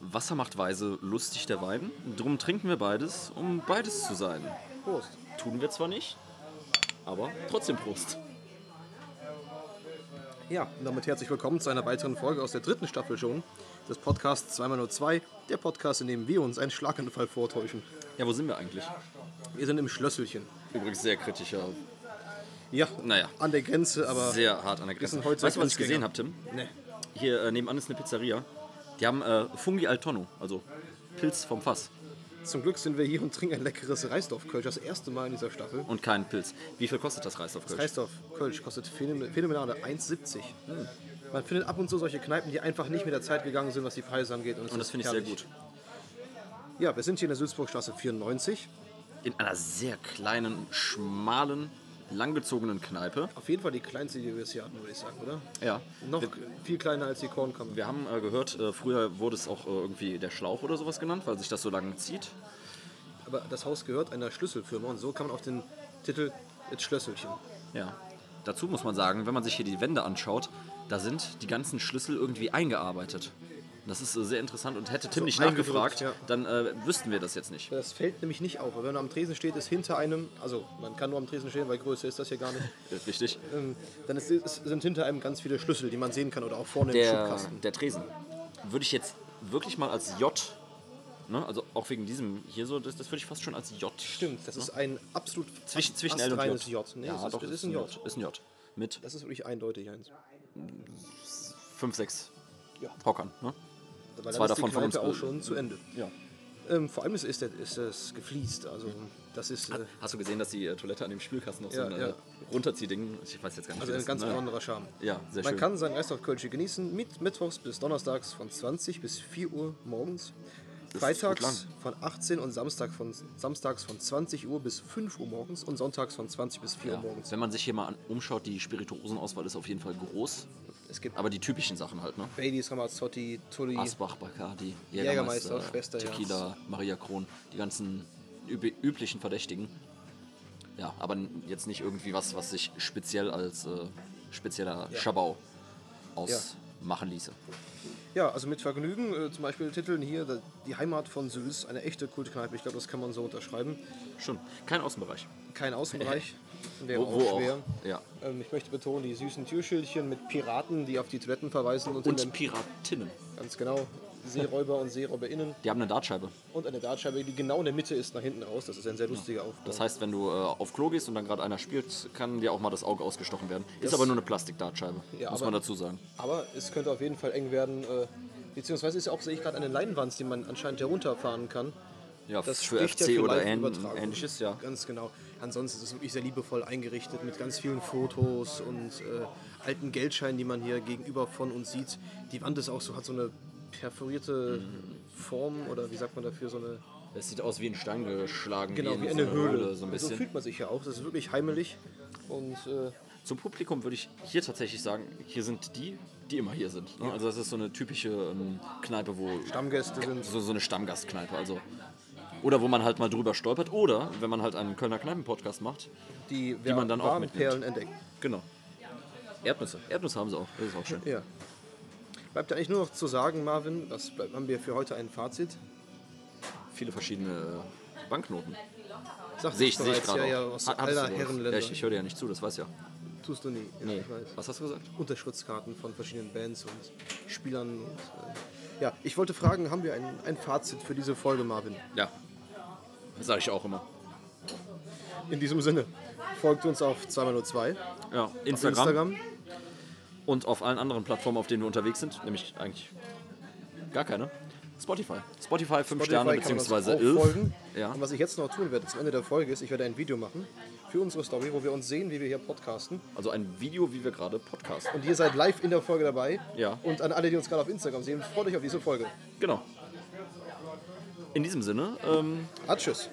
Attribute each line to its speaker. Speaker 1: Wasser macht weise, lustig der Wein. Drum trinken wir beides, um beides zu sein.
Speaker 2: Prost.
Speaker 1: Tun wir zwar nicht, aber trotzdem Prost.
Speaker 2: Ja, und damit herzlich willkommen zu einer weiteren Folge aus der dritten Staffel schon des Podcasts 2x02, der Podcast, in dem wir uns einen Schlaganfall vortäuschen.
Speaker 1: Ja, wo sind wir eigentlich?
Speaker 2: Wir sind im Schlösselchen.
Speaker 1: Übrigens sehr kritischer.
Speaker 2: Ja,
Speaker 1: Naja,
Speaker 2: an der Grenze, aber
Speaker 1: sehr hart an der Grenze.
Speaker 2: sind heute
Speaker 1: Weißt du, was ich
Speaker 2: Grenzgänger.
Speaker 1: gesehen habe, Tim?
Speaker 2: ne.
Speaker 1: Hier äh, nebenan ist eine Pizzeria. Die haben äh, Fungi al Tonno, also Pilz vom Fass
Speaker 2: Zum Glück sind wir hier und trinken ein leckeres Reisdorf-Kölsch, das erste Mal in dieser Staffel.
Speaker 1: und keinen Pilz. Wie viel kostet das Reis auf Kölsch?
Speaker 2: Reisdorf-Kölsch kostet phänomen- phänomenale 1,70. Man findet ab und zu solche Kneipen, die einfach nicht mit der Zeit gegangen sind, was die Preise angeht. es
Speaker 1: Und das
Speaker 2: ist
Speaker 1: finde ich sehr
Speaker 2: herrlich.
Speaker 1: gut.
Speaker 2: Ja, wir sind hier in der Sülzburgstraße 94.
Speaker 1: In einer sehr kleinen, schmalen, langgezogenen Kneipe.
Speaker 2: Auf jeden Fall die kleinste, die wir bisher hatten, würde ich sagen, oder?
Speaker 1: Ja.
Speaker 2: Noch viel kleiner als die Kornkammer.
Speaker 1: Wir haben äh, gehört, äh, früher wurde es auch äh, irgendwie der Schlauch oder sowas genannt, weil sich das so lange zieht.
Speaker 2: Aber das Haus gehört einer Schlüsselfirma und so kam man auf den Titel Das Schlösselchen.
Speaker 1: Ja. Dazu muss man sagen, wenn man sich hier die Wände anschaut, da sind die ganzen Schlüssel irgendwie eingearbeitet. Und Das ist äh, sehr interessant und hätte Tim
Speaker 2: So
Speaker 1: nicht nachgefragt,
Speaker 2: eingedrückt, ja.
Speaker 1: dann äh, wüssten wir das jetzt nicht.
Speaker 2: Das fällt nämlich nicht auf, weil wenn man am Tresen steht, ist hinter einem, also man kann nur am Tresen stehen, weil größer ist das hier gar nicht,
Speaker 1: Das ist wichtig.
Speaker 2: ähm, dann ist, ist, sind hinter einem ganz viele Schlüssel, die man sehen kann oder auch vorne im
Speaker 1: Der,
Speaker 2: Schubkasten.
Speaker 1: der Tresen würde ich jetzt wirklich mal als J, ne, also auch wegen diesem hier so, das, das würde ich fast schon als J.
Speaker 2: Stimmt, das ist ein absolut
Speaker 1: Zwischen, zwischen L und J.
Speaker 2: astreines J. Nee,
Speaker 1: ja,
Speaker 2: es ist,
Speaker 1: doch,
Speaker 2: es ist ein J.
Speaker 1: Ist ein J. Mit
Speaker 2: Das ist wirklich eindeutig eins.
Speaker 1: 5, 6
Speaker 2: Ja.
Speaker 1: Hockern. Ne? Zwei
Speaker 2: Weil dann ist die
Speaker 1: davon von uns
Speaker 2: Kneipe auch
Speaker 1: Böden.
Speaker 2: schon zu Ende.
Speaker 1: Ja.
Speaker 2: Ähm, vor allem ist, ist, das- ist das gefliest, also
Speaker 1: Mhm.
Speaker 2: das ist äh,
Speaker 1: Hast du gesehen, dass die äh, Toilette an dem Spülkasten noch
Speaker 2: Ja,
Speaker 1: so ein
Speaker 2: ja.
Speaker 1: äh, Runterziehding, ich weiß jetzt gar nicht,
Speaker 2: also
Speaker 1: wie
Speaker 2: ein
Speaker 1: das
Speaker 2: ganz
Speaker 1: ist, ne?
Speaker 2: besonderer Charme.
Speaker 1: Ja, sehr
Speaker 2: Man
Speaker 1: schön.
Speaker 2: kann sein Reisdorf Kölsche genießen mit mittwochs bis donnerstags von 20 bis 4 Uhr morgens,
Speaker 1: ist
Speaker 2: freitags
Speaker 1: gut
Speaker 2: von 18 und Samstag von, samstags von 20 Uhr bis 5 Uhr morgens und sonntags von 20 bis 4
Speaker 1: ja.
Speaker 2: Uhr morgens.
Speaker 1: Wenn man sich hier mal an, umschaut, die Spirituosenauswahl ist auf jeden Fall groß,
Speaker 2: Es gibt
Speaker 1: aber die typischen Sachen halt, ne?
Speaker 2: Baileys, Ramazzotti, Tully,
Speaker 1: Asbach, Bacardi,
Speaker 2: Jägermeister,
Speaker 1: Jägermeister,
Speaker 2: Schwester, ja.
Speaker 1: Tequila, Maria Kron, die ganzen üb üblichen Verdächtigen. Ja, aber n- jetzt nicht irgendwie was, was sich speziell als äh, spezieller Schabau ausmachen ließe.
Speaker 2: Ja, also mit Vergnügen, äh, zum Beispiel Titeln hier, da- die Heimat von Süß, eine echte Kultkneipe, ich glaube, das kann man so unterschreiben.
Speaker 1: Schon. Kein Außenbereich.
Speaker 2: Kein Außenbereich, wäre
Speaker 1: Wo, wo
Speaker 2: auch schwer.
Speaker 1: auch. Ja.
Speaker 2: Ähm, ich möchte betonen, die süßen Türschildchen mit Piraten, die auf die Toiletten verweisen und, in
Speaker 1: Und
Speaker 2: den-
Speaker 1: Piratinnen.
Speaker 2: ganz genau Seeräuber und SeeräuberInnen
Speaker 1: Die haben eine Dartscheibe.
Speaker 2: und eine Dartscheibe, die genau in der Mitte ist, nach hinten raus. Das ist ein sehr lustiger Aufbau.
Speaker 1: Das heißt, wenn du äh, auf Klo gehst und dann gerade einer spielt, kann dir auch mal das Auge ausgestochen werden. Ist
Speaker 2: Das-
Speaker 1: aber nur eine Plastikdartscheibe,
Speaker 2: Ja,
Speaker 1: muss
Speaker 2: aber-
Speaker 1: man dazu sagen.
Speaker 2: Aber es könnte auf jeden Fall eng werden. Äh, beziehungsweise ist ja auch, sehe ich gerade, eine Leinwand, die man anscheinend herunterfahren kann.
Speaker 1: Ja,
Speaker 2: Das
Speaker 1: für
Speaker 2: spricht
Speaker 1: FC
Speaker 2: ja für
Speaker 1: oder ähn
Speaker 2: Live-Übertragung.
Speaker 1: ähnliches, ja.
Speaker 2: Ganz genau. Ansonsten ist es wirklich sehr liebevoll eingerichtet mit ganz vielen Fotos und äh, alten Geldscheinen, die man hier gegenüber von uns sieht. Die Wand ist auch so, hat so eine perforierte
Speaker 1: Mhm.
Speaker 2: Form oder wie sagt man dafür, so eine
Speaker 1: Es sieht aus wie ein Stein geschlagen,
Speaker 2: Genau,
Speaker 1: in
Speaker 2: wie
Speaker 1: so
Speaker 2: eine Höhle.
Speaker 1: so ein bisschen.
Speaker 2: fühlt man sich ja auch. Das ist wirklich heimelig. Und äh,
Speaker 1: Zum Publikum würde ich hier tatsächlich sagen, hier sind die, die immer hier sind. Ne? Also das ist so eine typische ähm, Kneipe, wo
Speaker 2: Stammgäste sind.
Speaker 1: so, so eine Stammgastkneipe. Also. Oder wo man halt mal drüber stolpert. Oder wenn man halt einen Kölner Kneipen-Podcast macht.
Speaker 2: Die,
Speaker 1: die man dann auch
Speaker 2: warmen
Speaker 1: mitnimmt.
Speaker 2: Perlen entdeckt.
Speaker 1: Genau. Erdnüsse. Erdnüsse haben sie auch. Das ist auch schön.
Speaker 2: Ja. Bleibt ja eigentlich nur noch zu sagen, Marvin, was bleib- haben wir für heute ein Fazit?
Speaker 1: Viele verschiedene äh, Banknoten.
Speaker 2: Sag
Speaker 1: Sehe ich,
Speaker 2: das
Speaker 1: seh ich
Speaker 2: bereits,
Speaker 1: gerade.
Speaker 2: ja, ja,
Speaker 1: auch.
Speaker 2: aus
Speaker 1: Ha- hattest
Speaker 2: aller
Speaker 1: du wohl.
Speaker 2: Herrenländer.
Speaker 1: Ja, ich, ich höre dir ja nicht zu, das weiß ja.
Speaker 2: Tust du nie. Ja, ich weiß.
Speaker 1: Was hast du gesagt?
Speaker 2: Unterschriftskarten von verschiedenen Bands und Spielern. Und, äh, ja, ich wollte fragen, haben wir ein, ein Fazit für diese Folge, Marvin?
Speaker 1: Ja. Das sage ich auch immer.
Speaker 2: In diesem Sinne, folgt uns auf 2x02
Speaker 1: Ja, Instagram,
Speaker 2: Instagram.
Speaker 1: und auf allen anderen Plattformen, auf denen wir unterwegs sind, nämlich eigentlich gar keine. Spotify. Spotify 5
Speaker 2: Spotify
Speaker 1: Sterne
Speaker 2: kann man uns
Speaker 1: beziehungsweise
Speaker 2: auch
Speaker 1: 11.
Speaker 2: folgen.
Speaker 1: Ja.
Speaker 2: Und was ich jetzt noch tun werde, zum Ende der Folge ist, ich werde ein Video machen für unsere Story, wo wir uns sehen, wie wir hier podcasten.
Speaker 1: Also ein Video, wie wir gerade podcasten.
Speaker 2: Und ihr seid live in der Folge dabei.
Speaker 1: Ja.
Speaker 2: Und an alle, die uns gerade auf Instagram sehen, freut euch auf diese Folge.
Speaker 1: Genau. In diesem Sinne, ähm,
Speaker 2: Ah, tschüss.